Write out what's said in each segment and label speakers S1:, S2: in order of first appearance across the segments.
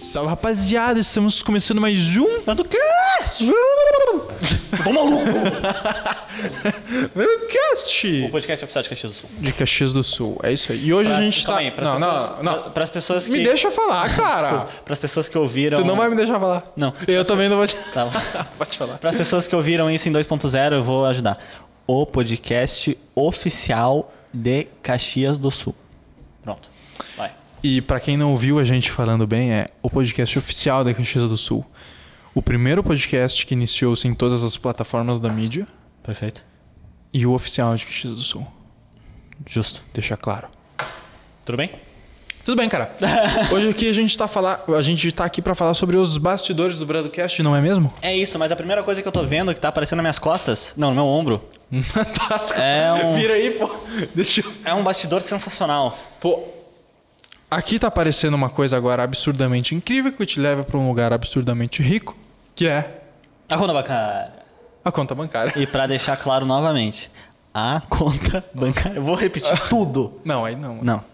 S1: Salve rapaziada, estamos começando mais um Nerdcast!
S2: Toma louco!
S1: Nerdcast!
S2: O podcast é oficial de Caxias do Sul.
S1: De Caxias do Sul, é isso aí. E hoje a gente tá...
S2: Calma aí, pras
S1: não,
S2: pessoas,
S1: não, não,
S2: Para as pessoas que.
S1: Me deixa falar, cara.
S2: Para as pessoas que ouviram.
S1: Tu não vai me deixar falar.
S2: Não.
S1: Eu também não vou te...
S2: Tá bom.
S1: Pode falar.
S2: Para as pessoas que ouviram isso em 2.0, eu vou ajudar. O podcast oficial de Caxias do Sul. Pronto. Vai.
S1: E pra quem não ouviu a gente falando bem, é o podcast oficial da Caxias do Sul. O primeiro podcast que iniciou-se em todas as plataformas da mídia
S2: Perfeito.
S1: e o oficial de Caxias do Sul.
S2: Justo.
S1: Deixar claro.
S2: Tudo bem?
S1: Tudo bem, cara. Hoje aqui a gente tá falar, a gente tá aqui pra falar sobre os bastidores do Bradcast, não é mesmo?
S2: É isso, mas a primeira coisa que eu tô vendo que tá aparecendo nas minhas costas. Não, no meu ombro.
S1: Tasca.
S2: É um-
S1: Tá Vira aí, pô. Deixa eu...
S2: É um bastidor sensacional.
S1: Pô. Aqui tá aparecendo uma coisa agora absurdamente incrível que te leva pra um lugar absurdamente rico, que é
S2: A conta bancária.
S1: a conta bancária.
S2: E pra deixar claro novamente, a conta bancária. Eu vou repetir tudo.
S1: Não, aí não.
S2: Não.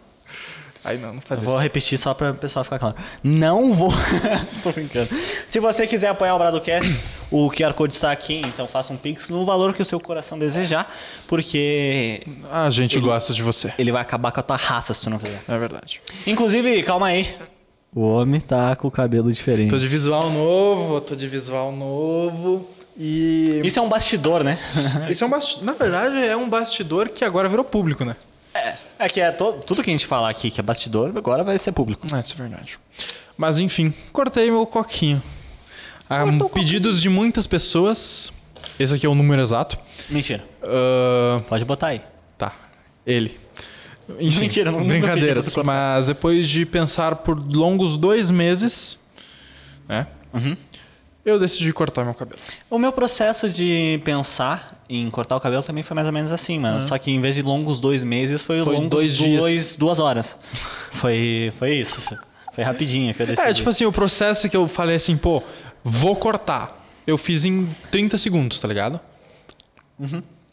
S1: Aí não, não faz
S2: Eu
S1: isso.
S2: Vou repetir só pra o pessoal ficar claro. Não vou. Tô brincando. Se você quiser apoiar o Bradocast, o QR Code está aqui, então faça um pix no valor que o seu coração desejar, porque
S1: Ah, A gente gosta de você.
S2: ele vai acabar com a tua raça se tu não fizer.
S1: É verdade.
S2: Inclusive, calma aí. O homem tá com o cabelo
S1: Tô
S2: diferente.
S1: de visual novo, tô de visual novo. E.
S2: Isso é um bastidor, né?
S1: Isso é um bastidor. Na verdade, é um bastidor que agora virou público, né?
S2: É, é que é to- tudo que a gente falar aqui que é bastidor, agora vai ser público.
S1: Ah, isso é verdade. Mas enfim, cortei meu coquinho. Ah, pedidos de muitas pessoas. Esse aqui é o número exato.
S2: Mentira.
S1: Ah,
S2: Pode botar aí.
S1: tá. Ele. Enfim,
S2: Mentira, não- nunca
S1: brincadeiras.
S2: pedi pra tu
S1: Mas depois de pensar por longos dois meses, né?
S2: Uhum.
S1: Eu decidi cortar meu cabelo.
S2: O meu processo de pensar em cortar o cabelo também foi mais ou menos assim, mano. Só que em vez de longos dois meses, foi,
S1: Uhum. Foi
S2: longos
S1: dois
S2: dois
S1: dias.
S2: duas horas. foi, foi isso. Foi rapidinho que eu decidi.
S1: É, tipo assim, o processo que eu falei assim, pô, vou cortar. Eu fiz em 30 segundos, tá ligado?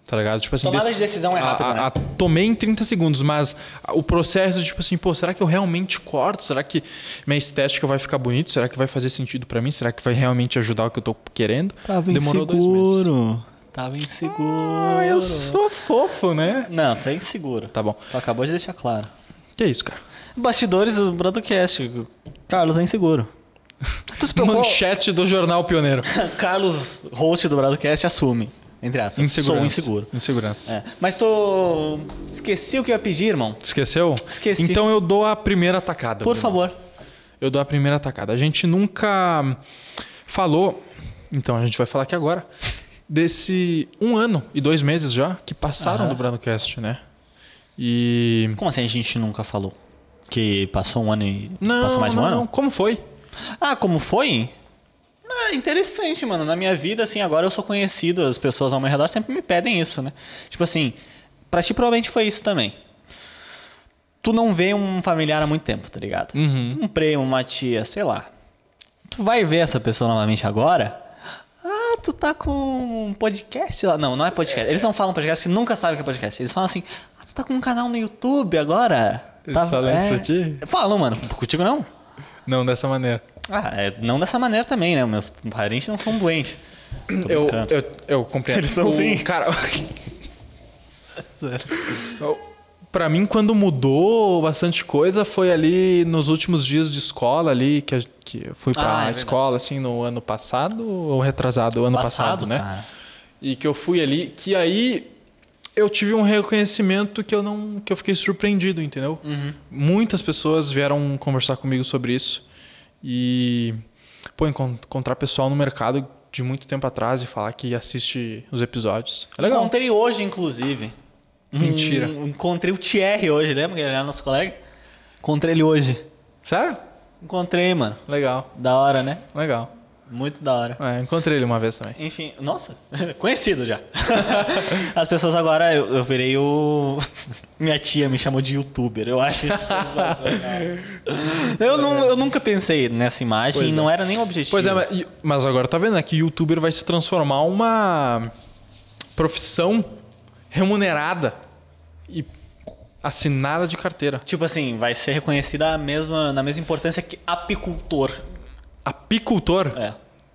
S1: Tá ligado? Tipo assim,
S2: Uhum. Tomada
S1: dec-
S2: de decisão é
S1: a-
S2: rápida,
S1: a-
S2: né?
S1: a- tomei em 30 segundos, mas a- o processo, tipo assim, pô, será que eu realmente corto? Será que minha estética vai ficar bonita? Será que vai fazer sentido pra mim? Será que vai realmente ajudar o que eu tô querendo?
S2: Tava
S1: Demorou dois meses.
S2: inseguro. Tava inseguro.
S1: Ah, eu sou fofo, né?
S2: Não, tá inseguro.
S1: Tá bom.
S2: Tu acabou de deixar claro.
S1: Que é isso, cara?
S2: Bastidores do Broadcast. Carlos é inseguro. Tu se preocupou...
S1: Manchete do Jornal Pioneiro.
S2: Carlos, host do Broadcast, assume. Entre aspas.
S1: Insegurança.
S2: Sou inseguro.
S1: Insegurança.
S2: É. Mas tu... Esqueci o que eu ia pedir, irmão.
S1: Esqueceu?
S2: Esqueci.
S1: Então eu dou a primeira atacada.
S2: Por
S1: Bruno.
S2: favor.
S1: Eu dou a primeira atacada. A gente nunca falou, então a gente vai falar aqui agora, desse um ano e dois meses já que passaram do Brandcast, né? E.
S2: Como assim a gente nunca falou? Que passou um ano e.
S1: Não,
S2: passou mais de um
S1: não,
S2: ano?
S1: não. Como foi?
S2: Ah, como foi? Ah, interessante, mano. Na minha vida, assim, agora eu sou conhecido, as pessoas ao meu redor sempre me pedem isso, né? Tipo assim, pra ti provavelmente foi isso também. Tu não vê um familiar há muito tempo, tá ligado?
S1: Uhum.
S2: Um primo, uma tia, sei lá. Tu vai ver essa pessoa novamente agora? Ah, tu tá com um podcast lá. Não, não é podcast. Eles não falam podcast, que nunca sabem o que é podcast. Eles falam assim, ah, tu tá com um canal no YouTube agora? É.
S1: Eles falam isso pra ti?
S2: Falam, mano. Contigo não?
S1: Não, dessa maneira.
S2: Ah, é, não dessa maneira também, né? Meus parentes não são doentes. Tô
S1: Eu,
S2: brincando.
S1: eu, eu compreendo.
S2: Eles são assim?
S1: O-
S2: sim.
S1: Cara. Pra mim, quando mudou bastante coisa, foi ali nos últimos dias de escola ali, que, a- que eu fui
S2: Ah, é
S1: pra
S2: verdade.
S1: escola, assim, no ano passado ou retrasado? Ano passado, né?
S2: cara.
S1: E que eu fui ali, que aí eu tive um reconhecimento que eu não. que eu fiquei surpreendido, entendeu? Muitas pessoas vieram conversar comigo sobre isso. E. Pô, encon- encontrar pessoal no mercado de muito tempo atrás e falar que assiste os episódios. É legal.
S2: Encontrei hoje, inclusive.
S1: Mentira.
S2: Hum, encontrei o Thierry hoje, lembra que ele era nosso colega? Encontrei ele hoje.
S1: Sério?
S2: Encontrei, mano.
S1: Legal,
S2: Da hora, né?
S1: legal.
S2: Muito da hora.
S1: É, encontrei ele uma vez também.
S2: Enfim, nossa, conhecido já. As pessoas agora, eu, eu virei o. Minha tia me chamou de youtuber, eu acho isso sensacional. eu, não, eu nunca pensei nessa imagem
S1: Pois
S2: e
S1: é.
S2: não era nem o objetivo.
S1: Pois é, mas, e- mas agora tá vendo, né? Que youtuber vai se transformar uma profissão remunerada. E assinada de carteira.
S2: Tipo assim, vai ser reconhecida a mesma, na mesma importância que apicultor.
S1: Apicultor?
S2: É.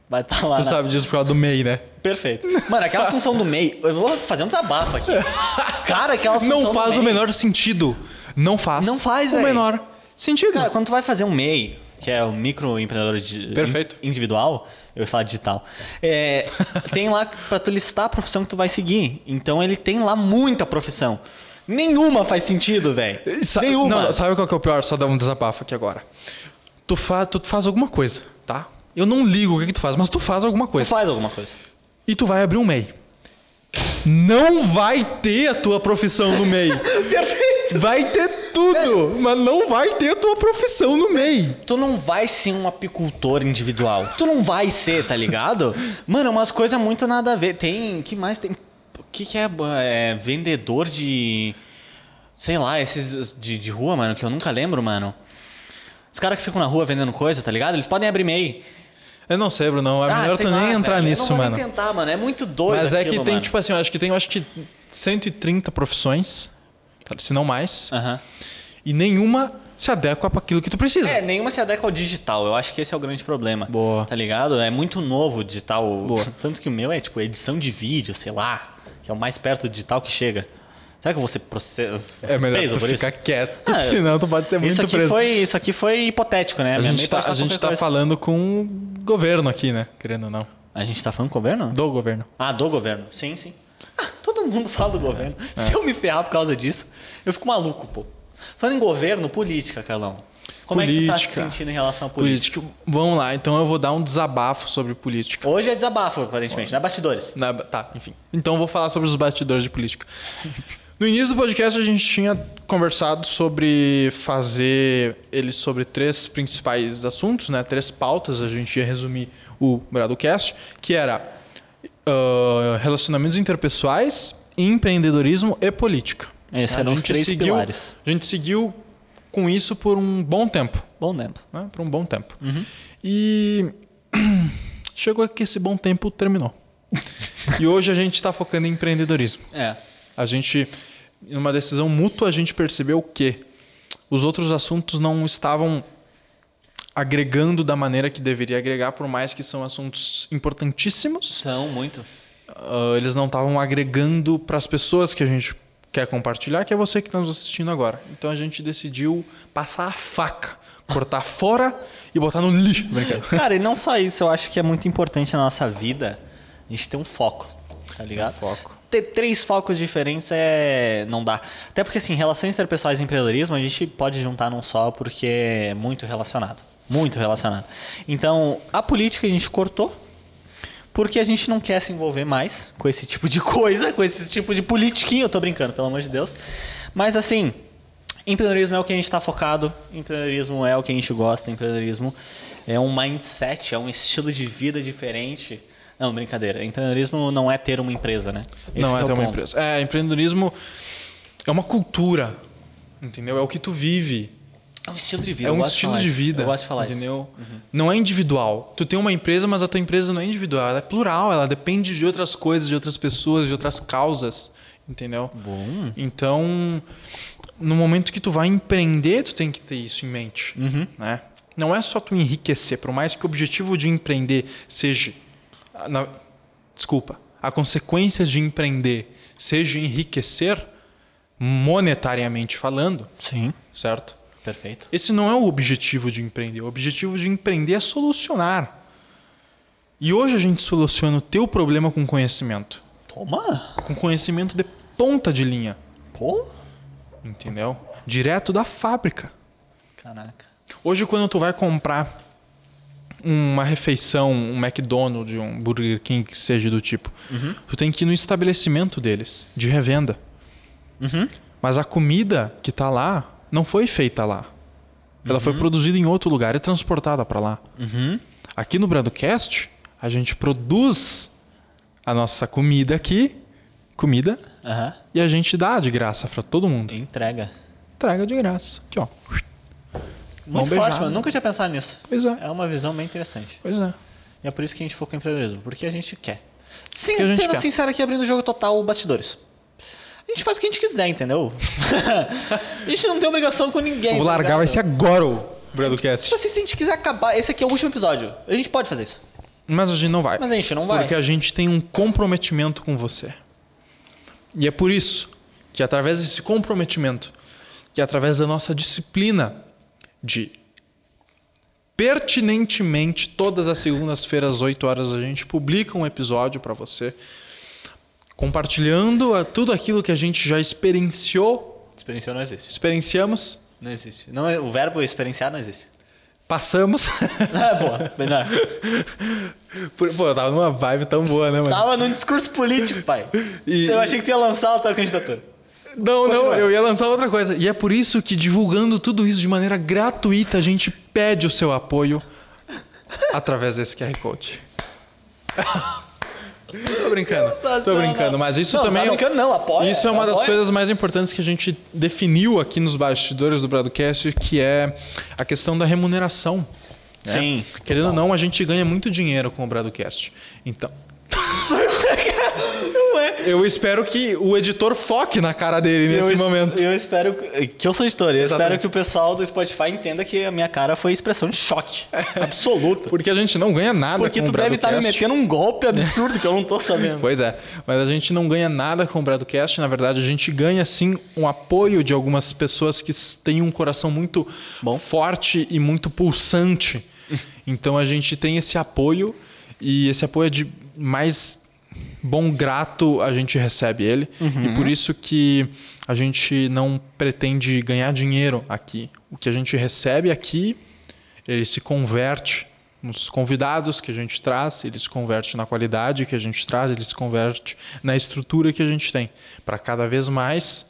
S2: Vai estar lá.
S1: Tu
S2: na-
S1: sabe disso por causa do MEI, né?
S2: Perfeito. Mano, aquela função do MEI, eu vou fazer um desabafo aqui. Cara, aquela função
S1: Não
S2: do
S1: faz o
S2: MEI-
S1: menor sentido. Não faz.
S2: Não faz,
S1: o
S2: véi.
S1: menor sentido.
S2: Cara, quando tu vai fazer um MEI, que é o microempreendedor de-
S1: Perfeito.
S2: in- individual, eu ia falar digital, é, tem lá pra tu listar a profissão que tu vai seguir. Então ele tem lá muita profissão. Nenhuma faz sentido, velho.
S1: Sa-
S2: Nenhuma.
S1: Não, sabe qual que é o pior? Só dar um desabafo aqui agora. Tu, fa tu faz alguma coisa, tá? Eu não ligo o que, que tu faz, mas tu faz alguma
S2: Tu
S1: coisa.
S2: faz alguma coisa.
S1: E tu vai abrir um MEI. Não vai ter a tua profissão no MEI.
S2: Perfeito.
S1: Vai ter tudo, mas não vai ter a tua profissão
S2: É.
S1: no MEI.
S2: Tu não vai ser um apicultor individual. Tu não vai ser, tá ligado? Mano, umas coisas muito nada a ver. Tem. que mais tem? O que, que é, é, vendedor de. Sei lá, esses de, de rua, mano, que eu nunca lembro, mano. Os caras que ficam na rua vendendo coisa, tá ligado? Eles podem abrir MEI.
S1: Eu não sei, Bruno. É melhor
S2: Ah, sei
S1: tu nem
S2: lá,
S1: entrar
S2: velho. Eu
S1: nisso,
S2: não vou
S1: mano.
S2: nem tentar, mano. É muito doido.
S1: Mas é que
S2: aquilo,
S1: tem,
S2: mano.
S1: tipo assim, eu acho que tem, eu acho que 130 profissões, se não mais,
S2: Aham.
S1: e nenhuma se adequa para aquilo que tu precisa.
S2: É, nenhuma se adequa ao digital. Eu acho que esse é o grande problema.
S1: Boa.
S2: Tá ligado? É muito novo o digital.
S1: Boa.
S2: Tanto que o meu é tipo edição de vídeo, sei lá. Que é o mais perto do digital que chega. Será que você processa?
S1: É melhor tu ficar quieto,
S2: Ah,
S1: senão tu pode ser muito
S2: isso aqui
S1: preso.
S2: Foi, isso aqui foi hipotético, né?
S1: A gente, tá, a gente tá falando com o governo aqui, né? Querendo ou não.
S2: a gente tá falando do governo?
S1: Do governo.
S2: Ah, do governo. Sim, sim. Ah, todo mundo fala do
S1: É.
S2: governo. Se eu me ferrar por causa disso, eu fico maluco, pô. Falando em governo, política, Carlão. Como é que tu tá
S1: Política.
S2: se sentindo em relação à política?
S1: Política. Vamos lá, então eu vou dar um desabafo sobre política.
S2: Hoje é desabafo, aparentemente, né? Bastidores.
S1: Na- tá, enfim. Então eu vou falar sobre os bastidores de política. No início do podcast a gente tinha conversado sobre fazer ele sobre três principais assuntos, né? Três pautas. A gente ia resumir o Bradocast, que era ah, relacionamentos interpessoais, empreendedorismo e política.
S2: Esses
S1: A
S2: eram os
S1: gente
S2: três
S1: seguiu-
S2: pilares.
S1: A gente seguiu com isso por um bom tempo
S2: Bom tempo.
S1: né, por um bom tempo. E chegou que esse bom tempo terminou. e hoje a gente está focando em empreendedorismo.
S2: É.
S1: A gente, numa decisão mútua, a gente percebeu que os outros assuntos não estavam agregando da maneira que deveria agregar, por mais que são assuntos importantíssimos.
S2: São muito.
S1: Ah, eles não estavam agregando para as pessoas que a gente quer compartilhar, que é você que está nos assistindo agora. Então a gente decidiu passar a faca, cortar fora e botar no lixo. Brincadeira.
S2: Cara, e não só isso, eu acho que é muito importante na nossa vida a gente ter um foco, tá ligado?
S1: foco.
S2: Ter três focos diferentes é. não dá. Até porque, assim, relações interpessoais e empreendedorismo a gente pode juntar num só porque é muito relacionado. Muito relacionado. Então, a política a gente cortou. Porque a gente não quer se envolver mais com esse tipo de coisa, com esse tipo de politiquinha. Eu tô brincando, pelo amor de Deus. Mas assim, empreendedorismo é o que a gente tá focado, empreendedorismo é o que a gente gosta, empreendedorismo é um mindset, é um estilo de vida diferente. Não, brincadeira. Empreendedorismo não é ter uma empresa, né? Esse
S1: não
S2: que
S1: é
S2: o
S1: ter uma
S2: ponto.
S1: empresa. É, empreendedorismo é uma cultura, entendeu? É o que tu vive.
S2: É um estilo de
S1: É
S2: vida. eu
S1: um
S2: gosto
S1: estilo
S2: falar
S1: de
S2: isso.
S1: vida.
S2: Eu gosto de falar isso.
S1: entendeu? Não é individual. Tu tem uma empresa, mas a tua empresa não é individual. Ela é plural. Ela depende de outras coisas, de outras pessoas, de outras causas. Entendeu?
S2: Bom.
S1: Então, no momento que tu vai empreender, tu tem que ter isso em mente, né? Não é só tu enriquecer, por mais que o objetivo de empreender seja, a- na- desculpa, a consequência de empreender seja enriquecer monetariamente falando,
S2: Sim.
S1: certo?
S2: Perfeito.
S1: Esse não é o objetivo de empreender. O objetivo de empreender é solucionar. E hoje a gente soluciona o teu problema com conhecimento,
S2: Toma!
S1: com conhecimento de ponta de linha.
S2: Pô!
S1: Entendeu? Direto da fábrica.
S2: Caraca.
S1: Hoje, quando tu vai comprar uma refeição, um McDonald's, um Burger King, que seja do tipo, tu tem que ir no estabelecimento deles, de revenda. Mas a comida que tá lá não foi feita lá. Ela foi produzida em outro lugar e transportada para lá.
S2: Uhum.
S1: Aqui no Brandcast, a gente produz a nossa comida aqui, comida,
S2: Aham.
S1: e a gente dá de graça para todo mundo.
S2: Entrega.
S1: Traga de graça. Aqui, ó.
S2: Muito
S1: Vamos beijar,
S2: forte, mano.
S1: né?
S2: Nunca tinha pensado nisso.
S1: Pois é.
S2: É uma visão bem interessante.
S1: Pois é.
S2: E é por isso que a gente foca em empreendedorismo, porque a gente quer. Sim,
S1: Porque a gente
S2: sendo
S1: quer.
S2: sincero aqui, abrindo o jogo total, bastidores. A gente faz o que a gente quiser, entendeu? a gente não tem obrigação com ninguém.
S1: Eu vou
S2: tá
S1: largar,
S2: ligado?
S1: vai ser agora o Bradocast.
S2: Tipo assim, se a gente quiser acabar, esse aqui é o último episódio. A gente pode fazer isso.
S1: Mas a gente não vai.
S2: Mas a gente não vai.
S1: Porque a gente tem um comprometimento com você. E é por isso que através desse comprometimento, que através da nossa disciplina de pertinentemente todas as segundas-feiras, 8 horas, a gente publica um episódio para você, compartilhando a- tudo aquilo que a gente já experienciou,
S2: Experienciar não existe.
S1: experienciamos,
S2: Não existe. Não, é- o verbo experienciar não existe.
S1: passamos.
S2: Ah, boa. Melhor.
S1: Por- Pô, eu tava numa vibe tão boa, né, mano?
S2: Tava num discurso político, pai.
S1: E-
S2: Eu achei que tu ia lançar a tua candidatura.
S1: Não, não,
S2: Continua.
S1: eu ia lançar outra coisa. E é por isso que, divulgando tudo isso de maneira gratuita, a gente pede o seu apoio através desse QR Code. Tô brincando, tô brincando, mas isso
S2: Não,
S1: também.
S2: Tá brincando, não, tá apoia.
S1: Isso é uma das
S2: apoia.
S1: coisas mais importantes que a gente definiu aqui nos bastidores do Bradcast, que é a questão da remuneração. né?
S2: Sim.
S1: Querendo ou não, a gente ganha muito dinheiro com o Bradcast. Então. Eu espero que o editor foque na cara dele nesse
S2: es-
S1: momento.
S2: é. Eu espero que, que eu sou editor, eu
S1: Exatamente.
S2: espero que o pessoal do Spotify entenda que a minha cara foi expressão de choque absoluta.
S1: Porque a gente não ganha nada
S2: Porque
S1: com
S2: tu
S1: o
S2: deve
S1: Bradcast.
S2: estar me metendo um golpe absurdo que eu não tô sabendo.
S1: Pois é, mas a gente não ganha nada com o Bradcast. Na verdade, a gente ganha sim um apoio de algumas pessoas que s- têm um coração muito
S2: Bom.
S1: forte e muito pulsante. Então a gente tem esse apoio e esse apoio é de mais bom grato a gente recebe ele
S2: Uhum.
S1: e por isso que a gente não pretende ganhar dinheiro aqui. O que a gente recebe aqui, ele se converte nos convidados que a gente traz, ele se converte na qualidade que a gente traz, ele se converte na estrutura que a gente tem, para cada vez mais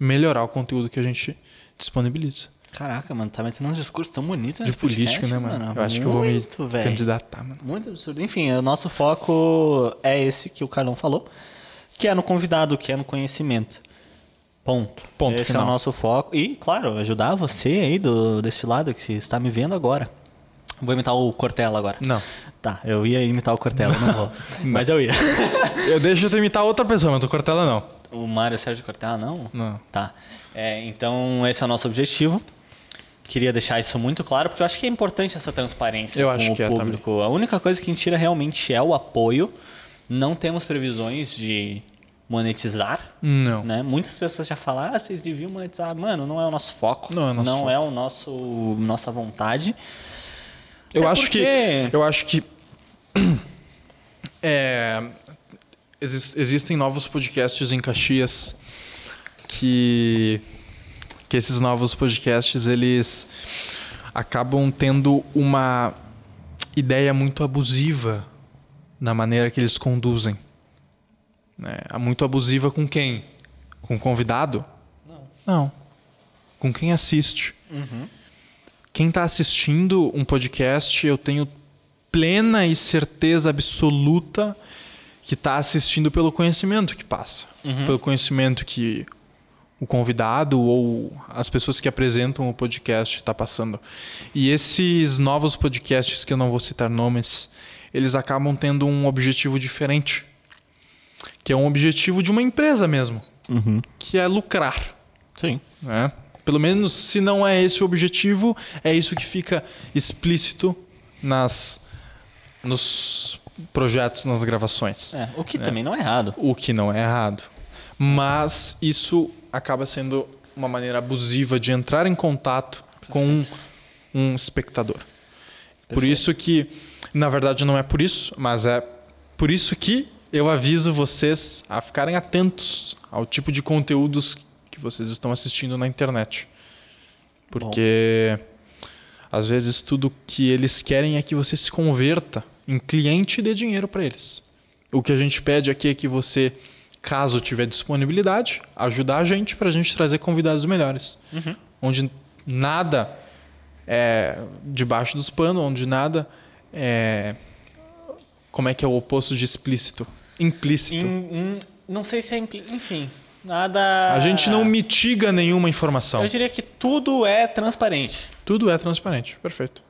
S1: melhorar o conteúdo que a gente disponibiliza.
S2: Caraca, mano, tá metendo uns discursos tão bonitos
S1: De
S2: nesse
S1: político,
S2: podcast,
S1: né, mano? Eu acho que eu vou me
S2: Muito, velho.
S1: candidatar, mano.
S2: né? Muito absurdo. Enfim, o nosso foco é esse que o Carlão falou, que é no convidado, que é no conhecimento. Ponto.
S1: Ponto
S2: esse é
S1: final.
S2: o nosso foco. E, claro, ajudar você aí do, desse lado que está me vendo agora. Vou imitar o Cortella agora.
S1: Não.
S2: Tá, eu ia imitar o Cortella, não vou. Mas eu ia.
S1: Eu deixo de imitar outra pessoa, mas o Cortella não.
S2: O Mário Sérgio Cortella, não?
S1: Não.
S2: Tá. É, então, esse é o nosso objetivo. Queria deixar isso muito claro, porque eu acho que é importante essa transparência
S1: Eu
S2: com
S1: acho
S2: o
S1: que é
S2: público. a única coisa que a gente tira realmente é o apoio. Não temos previsões de monetizar.
S1: Não.
S2: Né? Muitas pessoas já falaram, ah, vocês deviam monetizar. Mano, não é o nosso foco.
S1: Não é o nosso foco.
S2: é o nosso nossa vontade.
S1: Eu
S2: Até
S1: acho
S2: porque-
S1: que. Eu acho que. é, exis- existem novos podcasts em Caxias que. Que esses novos podcasts eles acabam tendo uma ideia muito abusiva na maneira que eles conduzem. Né? É Muito abusiva com quem? Com o convidado? Não. Não. Com quem assiste quem está assistindo um podcast, eu tenho plena e certeza absoluta que está assistindo pelo conhecimento que passa. Pelo conhecimento que o convidado ou as pessoas que apresentam o podcast está passando. E esses novos podcasts, que eu não vou citar nomes, eles acabam tendo um objetivo diferente. Que é um objetivo de uma empresa mesmo, que é lucrar
S2: Sim.
S1: né? Pelo menos se não é esse o objetivo, é isso que fica explícito nas nos projetos, nas gravações.
S2: É, o que também não é errado.
S1: O que não é errado. Mas isso acaba sendo uma maneira abusiva de entrar em contato com um, um espectador. Por isso que, na verdade, não é por isso, mas é por isso que eu aviso vocês a ficarem atentos ao tipo de conteúdos que vocês estão assistindo na internet. Porque às vezes tudo que eles querem é que você se converta em cliente e dê dinheiro para eles. O que a gente pede aqui é que você, caso tiver disponibilidade, ajudar a gente para a gente trazer convidados melhores. Onde nada é debaixo dos panos, onde nada é. Como é que é o oposto de explícito? Implícito.
S2: Em- em- Um, não sei se é. impli- Enfim, nada.
S1: A gente não mitiga nenhuma informação.
S2: Eu diria que tudo é transparente.
S1: Tudo é transparente. Perfeito.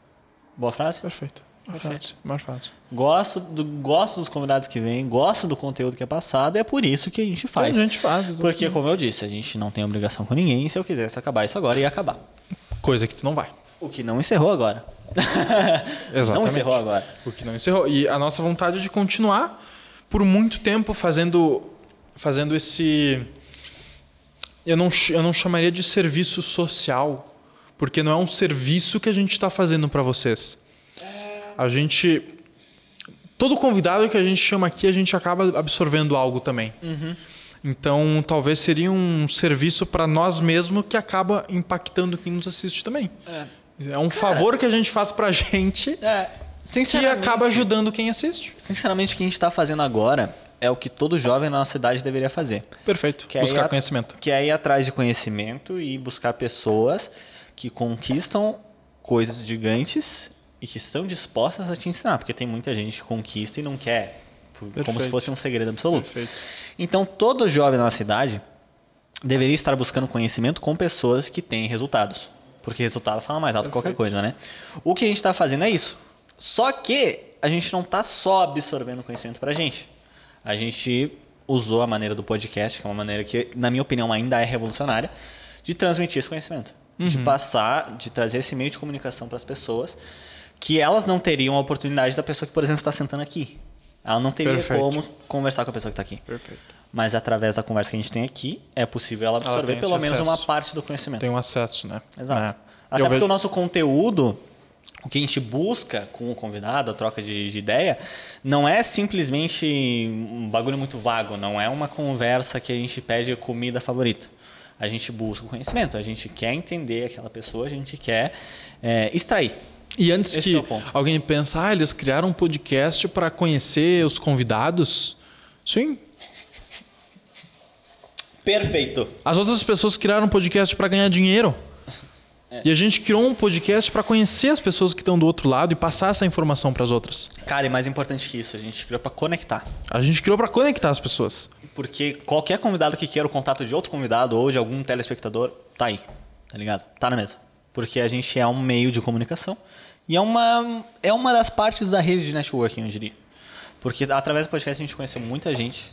S2: Boa frase?
S1: Perfeito. Mais fácil, mais fácil.
S2: Gosto, do, gosto dos convidados que vêm, gosto do conteúdo que é passado, é por isso que a gente faz.
S1: Então a gente faz.
S2: Porque, como eu disse, a gente não tem obrigação com ninguém. Se eu quisesse acabar isso agora, ia acabar.
S1: Coisa que tu não vai.
S2: O que não encerrou agora. Não
S1: Exatamente.
S2: encerrou agora.
S1: O que não encerrou. E a nossa vontade é de continuar por muito tempo fazendo, fazendo esse. Eu não, ch- eu não chamaria de serviço social, porque não é um serviço que a gente está fazendo para vocês. A gente. Todo convidado que a gente chama aqui, a gente acaba absorvendo algo também. Então, talvez seria um serviço para nós mesmos que acaba impactando quem nos assiste também.
S2: É.
S1: É um favor que a gente faz pra gente
S2: É,
S1: que
S2: sinceramente,
S1: acaba ajudando quem assiste.
S2: sinceramente, o que a gente tá fazendo agora é o que todo jovem na nossa idade deveria fazer.
S1: Perfeito.
S2: Que aí
S1: Buscar
S2: a-
S1: conhecimento.
S2: Que é ir atrás de conhecimento e buscar pessoas que conquistam coisas gigantes e que estão dispostas a te ensinar. Porque tem muita gente que conquista e não quer. por- Como se
S1: Perfeito.
S2: fosse um segredo absoluto.
S1: Perfeito.
S2: Então, todo jovem na nossa idade deveria estar buscando conhecimento com pessoas que têm resultados. Porque resultado fala mais alto que qualquer coisa, né? O que a gente está fazendo é isso. Só que a gente não está só absorvendo conhecimento pra gente. A gente usou a maneira do podcast, que é uma maneira que, na minha opinião, ainda é revolucionária, de transmitir esse conhecimento. De passar, de trazer esse meio de comunicação para as pessoas que elas não teriam a oportunidade da pessoa que, por exemplo, está sentando aqui. Ela não teria
S1: Perfeito.
S2: como conversar com a pessoa que está aqui.
S1: Perfeito.
S2: Mas através da conversa que a gente tem aqui, é possível ela absorver
S1: tem
S2: pelo
S1: esse
S2: menos
S1: acesso.
S2: uma parte do conhecimento.
S1: Tem um acesso, né?
S2: Exato.
S1: É.
S2: Até
S1: Eu
S2: porque
S1: vejo-
S2: o nosso conteúdo, o que a gente busca com o convidado, a troca de, de ideia, não é simplesmente um bagulho muito vago, não é uma conversa que a gente pede comida favorita. A gente busca o conhecimento, a gente quer entender aquela pessoa, a gente quer é, extrair.
S1: E antes
S2: Esse
S1: que
S2: é o ponto.
S1: alguém pense, ah, eles criaram um podcast pra conhecer os convidados. Sim.
S2: Perfeito.
S1: As outras pessoas criaram um podcast pra ganhar dinheiro.
S2: É.
S1: E a gente criou um podcast pra conhecer as pessoas que estão do outro lado e passar essa informação pras outras.
S2: Cara, e mais importante que isso, a gente criou para conectar.
S1: A gente criou pra conectar as pessoas.
S2: Porque qualquer convidado que queira o contato de outro convidado ou de algum telespectador, tá aí, tá ligado? Tá na mesa. Porque a gente é um meio de comunicação e é uma, é uma das partes da rede de networking, eu diria. Porque através do podcast a gente conheceu muita gente,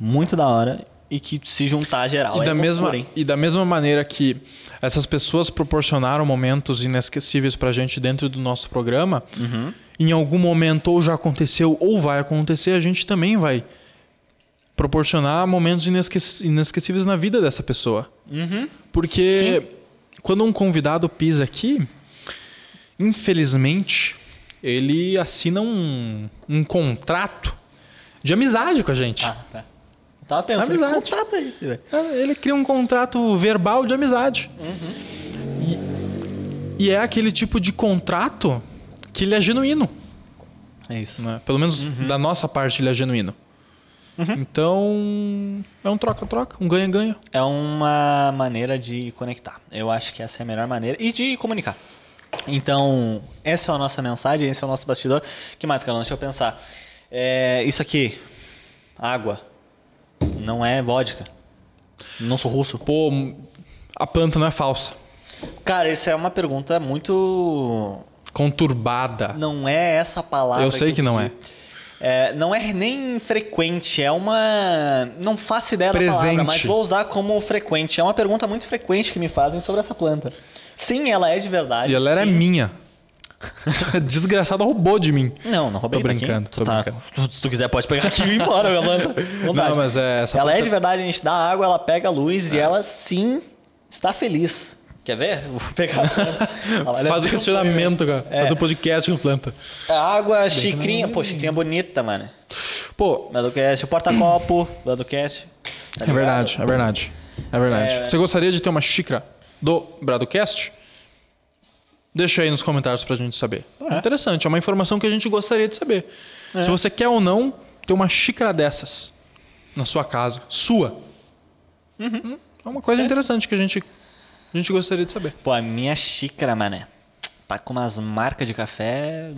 S2: muito da hora, e que se juntar geral.
S1: E
S2: é
S1: da, mesma,
S2: loucura, hein?
S1: e da mesma maneira que essas pessoas proporcionaram momentos inesquecíveis pra gente dentro do nosso programa,
S2: Uhum.
S1: em algum momento ou já aconteceu ou vai acontecer, a gente também vai proporcionar momentos inesque- inesquecíveis na vida dessa pessoa.
S2: Uhum.
S1: Porque quando um convidado pisa aqui, infelizmente, ele assina um, um contrato de amizade com a gente.
S2: Ah, tá. Eu tava pensando,
S1: Amizade.
S2: que contrato é esse, velho?
S1: Ah, Ele cria um contrato verbal de amizade. E, e é aquele tipo de contrato que ele é genuíno.
S2: É isso.
S1: né? Pelo menos
S2: Uhum.
S1: da nossa parte ele é genuíno. Então, é um troca-troca, um ganha-ganha.
S2: É uma maneira de conectar. Eu acho que essa é a melhor maneira. E de comunicar. Então, essa é a nossa mensagem, esse é o nosso bastidor. que mais, Carol? Deixa eu pensar. É, isso aqui. Água. Não é vodka. Não sou russo.
S1: Pô, a planta não é falsa.
S2: Cara, isso é uma pergunta muito.
S1: Conturbada.
S2: Não é essa palavra.
S1: Eu sei que não
S2: pedi. É, não é nem frequente, é uma. Não faço ideia da palavra,
S1: Presente.
S2: mas vou usar como frequente. É uma pergunta muito frequente que me fazem sobre essa planta. Sim, ela é de verdade.
S1: E ela era
S2: sim.
S1: minha. Desgraçada roubou de mim.
S2: Não, não roubei
S1: Tô
S2: tá aqui.
S1: brincando, tô
S2: Tu tá- Se tu quiser, pode pegar aqui e ir embora, minha planta. Vontade.
S1: Não, mas é essa
S2: Ela é
S1: planta- É.
S2: de verdade, a gente dá água, ela pega a luz e ela sim está feliz. Quer ver? Vou pegar a planta. Ela
S1: Faz o
S2: é- né?
S1: questionamento, cara. Faz o podcast com a planta.
S2: A água, xicrinha. Pô, xicrinha bonita, mano.
S1: Pô,
S2: Ladocast, o porta-copo, Ladocast. tá
S1: É
S2: ligado?
S1: verdade, é verdade. É verdade. Você gostaria de ter uma xícara do Bradocast? Deixa aí nos comentários pra gente saber. É Interessante, é uma informação que a gente gostaria de saber. Se você quer ou não ter uma xícara dessas na sua casa, sua. Hum, É uma coisa interessante que a gente, a gente gostaria de saber.
S2: Pô, a minha xícara, mané. Tá com umas marcas de café.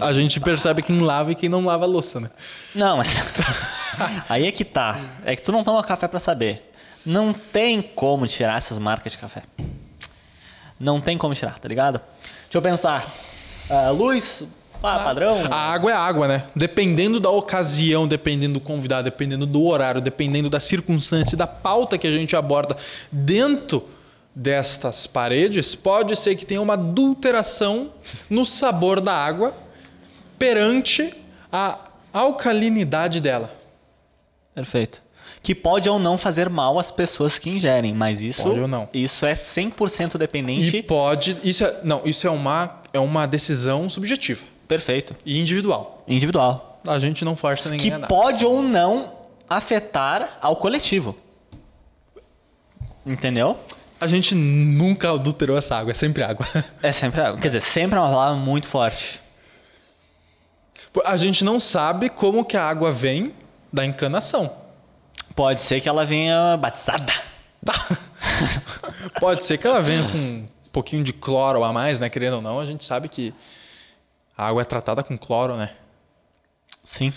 S1: A gente percebe quem lava e quem não lava a louça, né?
S2: Não, mas. Aí é que tá. É que tu não toma café pra saber. Não tem como tirar essas marcas de café. Não tem como tirar, tá ligado? Deixa eu pensar. Ah, luz, Ah, padrão?
S1: A água é água, né? Dependendo da ocasião, dependendo do convidado, dependendo do horário, dependendo da circunstância e da pauta que a gente aborda dentro destas paredes, pode ser que tenha uma adulteração no sabor da água perante a alcalinidade dela.
S2: Perfeito. Que pode ou não fazer mal às pessoas que ingerem, mas isso
S1: Pode ou não.
S2: isso é 100% dependente.
S1: E pode. Isso é, não, isso é uma, é uma decisão subjetiva
S2: Perfeito.
S1: e individual.
S2: Individual.
S1: A gente não força ninguém
S2: Que
S1: a nada.
S2: pode ou não afetar ao coletivo. Entendeu?
S1: A gente nunca adulterou essa água, é sempre água.
S2: É sempre. Quer dizer, sempre é uma palavra muito forte.
S1: A gente não sabe como que a água vem da encanação.
S2: Pode ser que ela venha batizada.
S1: Tá? Pode ser que ela venha com um pouquinho de cloro a mais, né? Querendo ou não, a gente sabe que a água é tratada com cloro, né?
S2: Sim.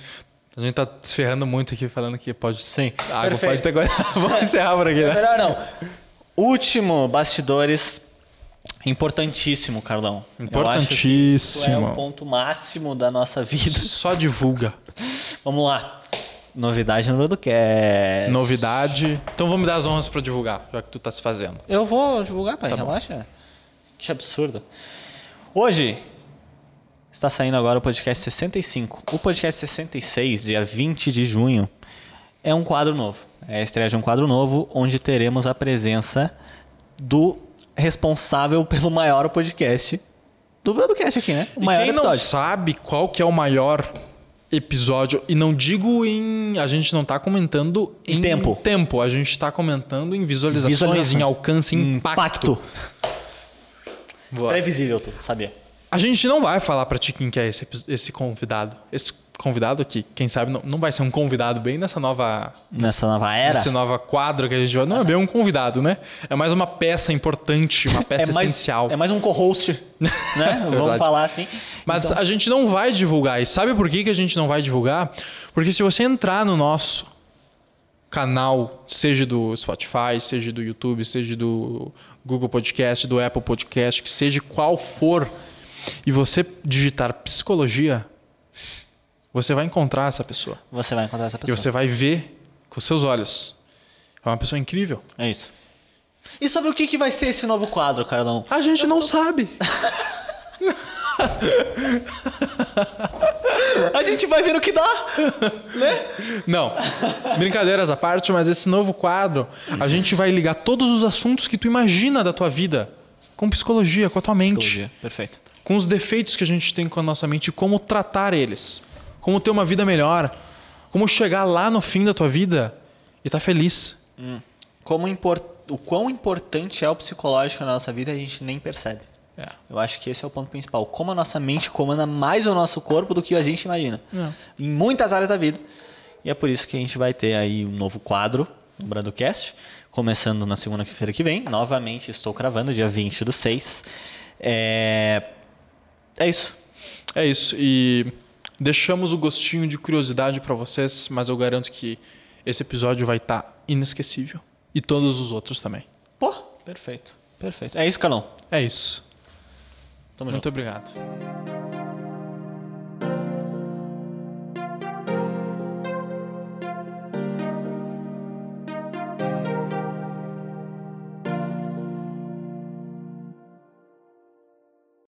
S1: A gente tá se ferrando muito aqui falando que pode
S2: Sim.
S1: A água
S2: Perfeito. É
S1: pode ter agora. Vamos encerrar por aqui, né?
S2: Melhor não. Último, bastidores. Importantíssimo, Carlão. Eu acho que Isso é
S1: Importantíssimo.
S2: o ponto máximo da nossa vida.
S1: Só divulga.
S2: Vamos lá. Novidade um no Rodocast.
S1: Novidade. Então vamos dar as honras pra divulgar, já que tu tá se fazendo.
S2: Eu vou divulgar, pai.
S1: Tá bom.
S2: relaxa. Que absurdo. Hoje está saindo agora o podcast 65. O podcast 66, dia 20 de junho, é um quadro novo. É a estreia de um quadro novo, onde teremos a presença do responsável pelo maior podcast do Broadcast aqui, né? O maior
S1: e quem não
S2: episódio.
S1: sabe qual que é o maior episódio, e não digo em. A gente não tá comentando em
S2: Tempo.
S1: tempo a gente tá comentando em visualizações,
S2: Visualização.
S1: em alcance, em impacto.
S2: Impacto.
S1: Boa.
S2: Previsível, tu sabia?
S1: A gente não vai falar pra ti quem que é esse, epi- esse convidado. Esse convidado aqui, quem sabe, não, não vai ser um convidado bem nessa nova.
S2: Nessa nova era.
S1: Esse nova quadro que a gente vai. Não é bem um convidado, né? É mais uma peça importante, uma peça
S2: mais,
S1: essencial. É
S2: É mais um co-host, né? Vamos
S1: Verdade.
S2: falar assim.
S1: Mas
S2: Então,
S1: a gente não vai divulgar. E sabe por que, que a gente não vai divulgar? Porque se você entrar no nosso canal, seja do Spotify, seja do YouTube, seja do Google Podcast, do Apple Podcast, que seja qual for, e você digitar psicologia, você vai encontrar essa pessoa.
S2: você vai encontrar essa
S1: E
S2: pessoa.
S1: você vai ver com seus olhos. É uma pessoa incrível.
S2: É isso. E sobre o que, que vai ser esse novo quadro, Carlão?
S1: A gente não sabe.
S2: A gente vai ver o que dá.
S1: Não. Brincadeiras à parte, mas esse novo quadro, a gente vai ligar todos os assuntos que tu imagina da tua vida com psicologia, com a tua mente,
S2: Perfeito.
S1: com os defeitos que a gente tem com a nossa mente e como tratar eles, como ter uma vida melhor, como chegar lá no fim da tua vida e tá feliz.
S2: Como impor- O quão importante é o psicológico na nossa vida, a gente nem percebe.
S1: É.
S2: Eu acho que esse é o ponto principal. Como a nossa mente comanda mais o nosso corpo do que a gente imagina. Em muitas áreas da vida. E é por isso que a gente vai ter aí um novo quadro no Brandocast, começando na segunda-feira que vem. Novamente estou cravando, dia 20 do 6. É, é isso.
S1: É isso. E deixamos o gostinho de curiosidade pra vocês, mas eu garanto que esse episódio vai estar inesquecível e todos os outros também.
S2: Pô, perfeito. Perfeito. É isso, Calão.
S1: É isso.
S2: Tamo
S1: Muito
S2: junto.
S1: obrigado.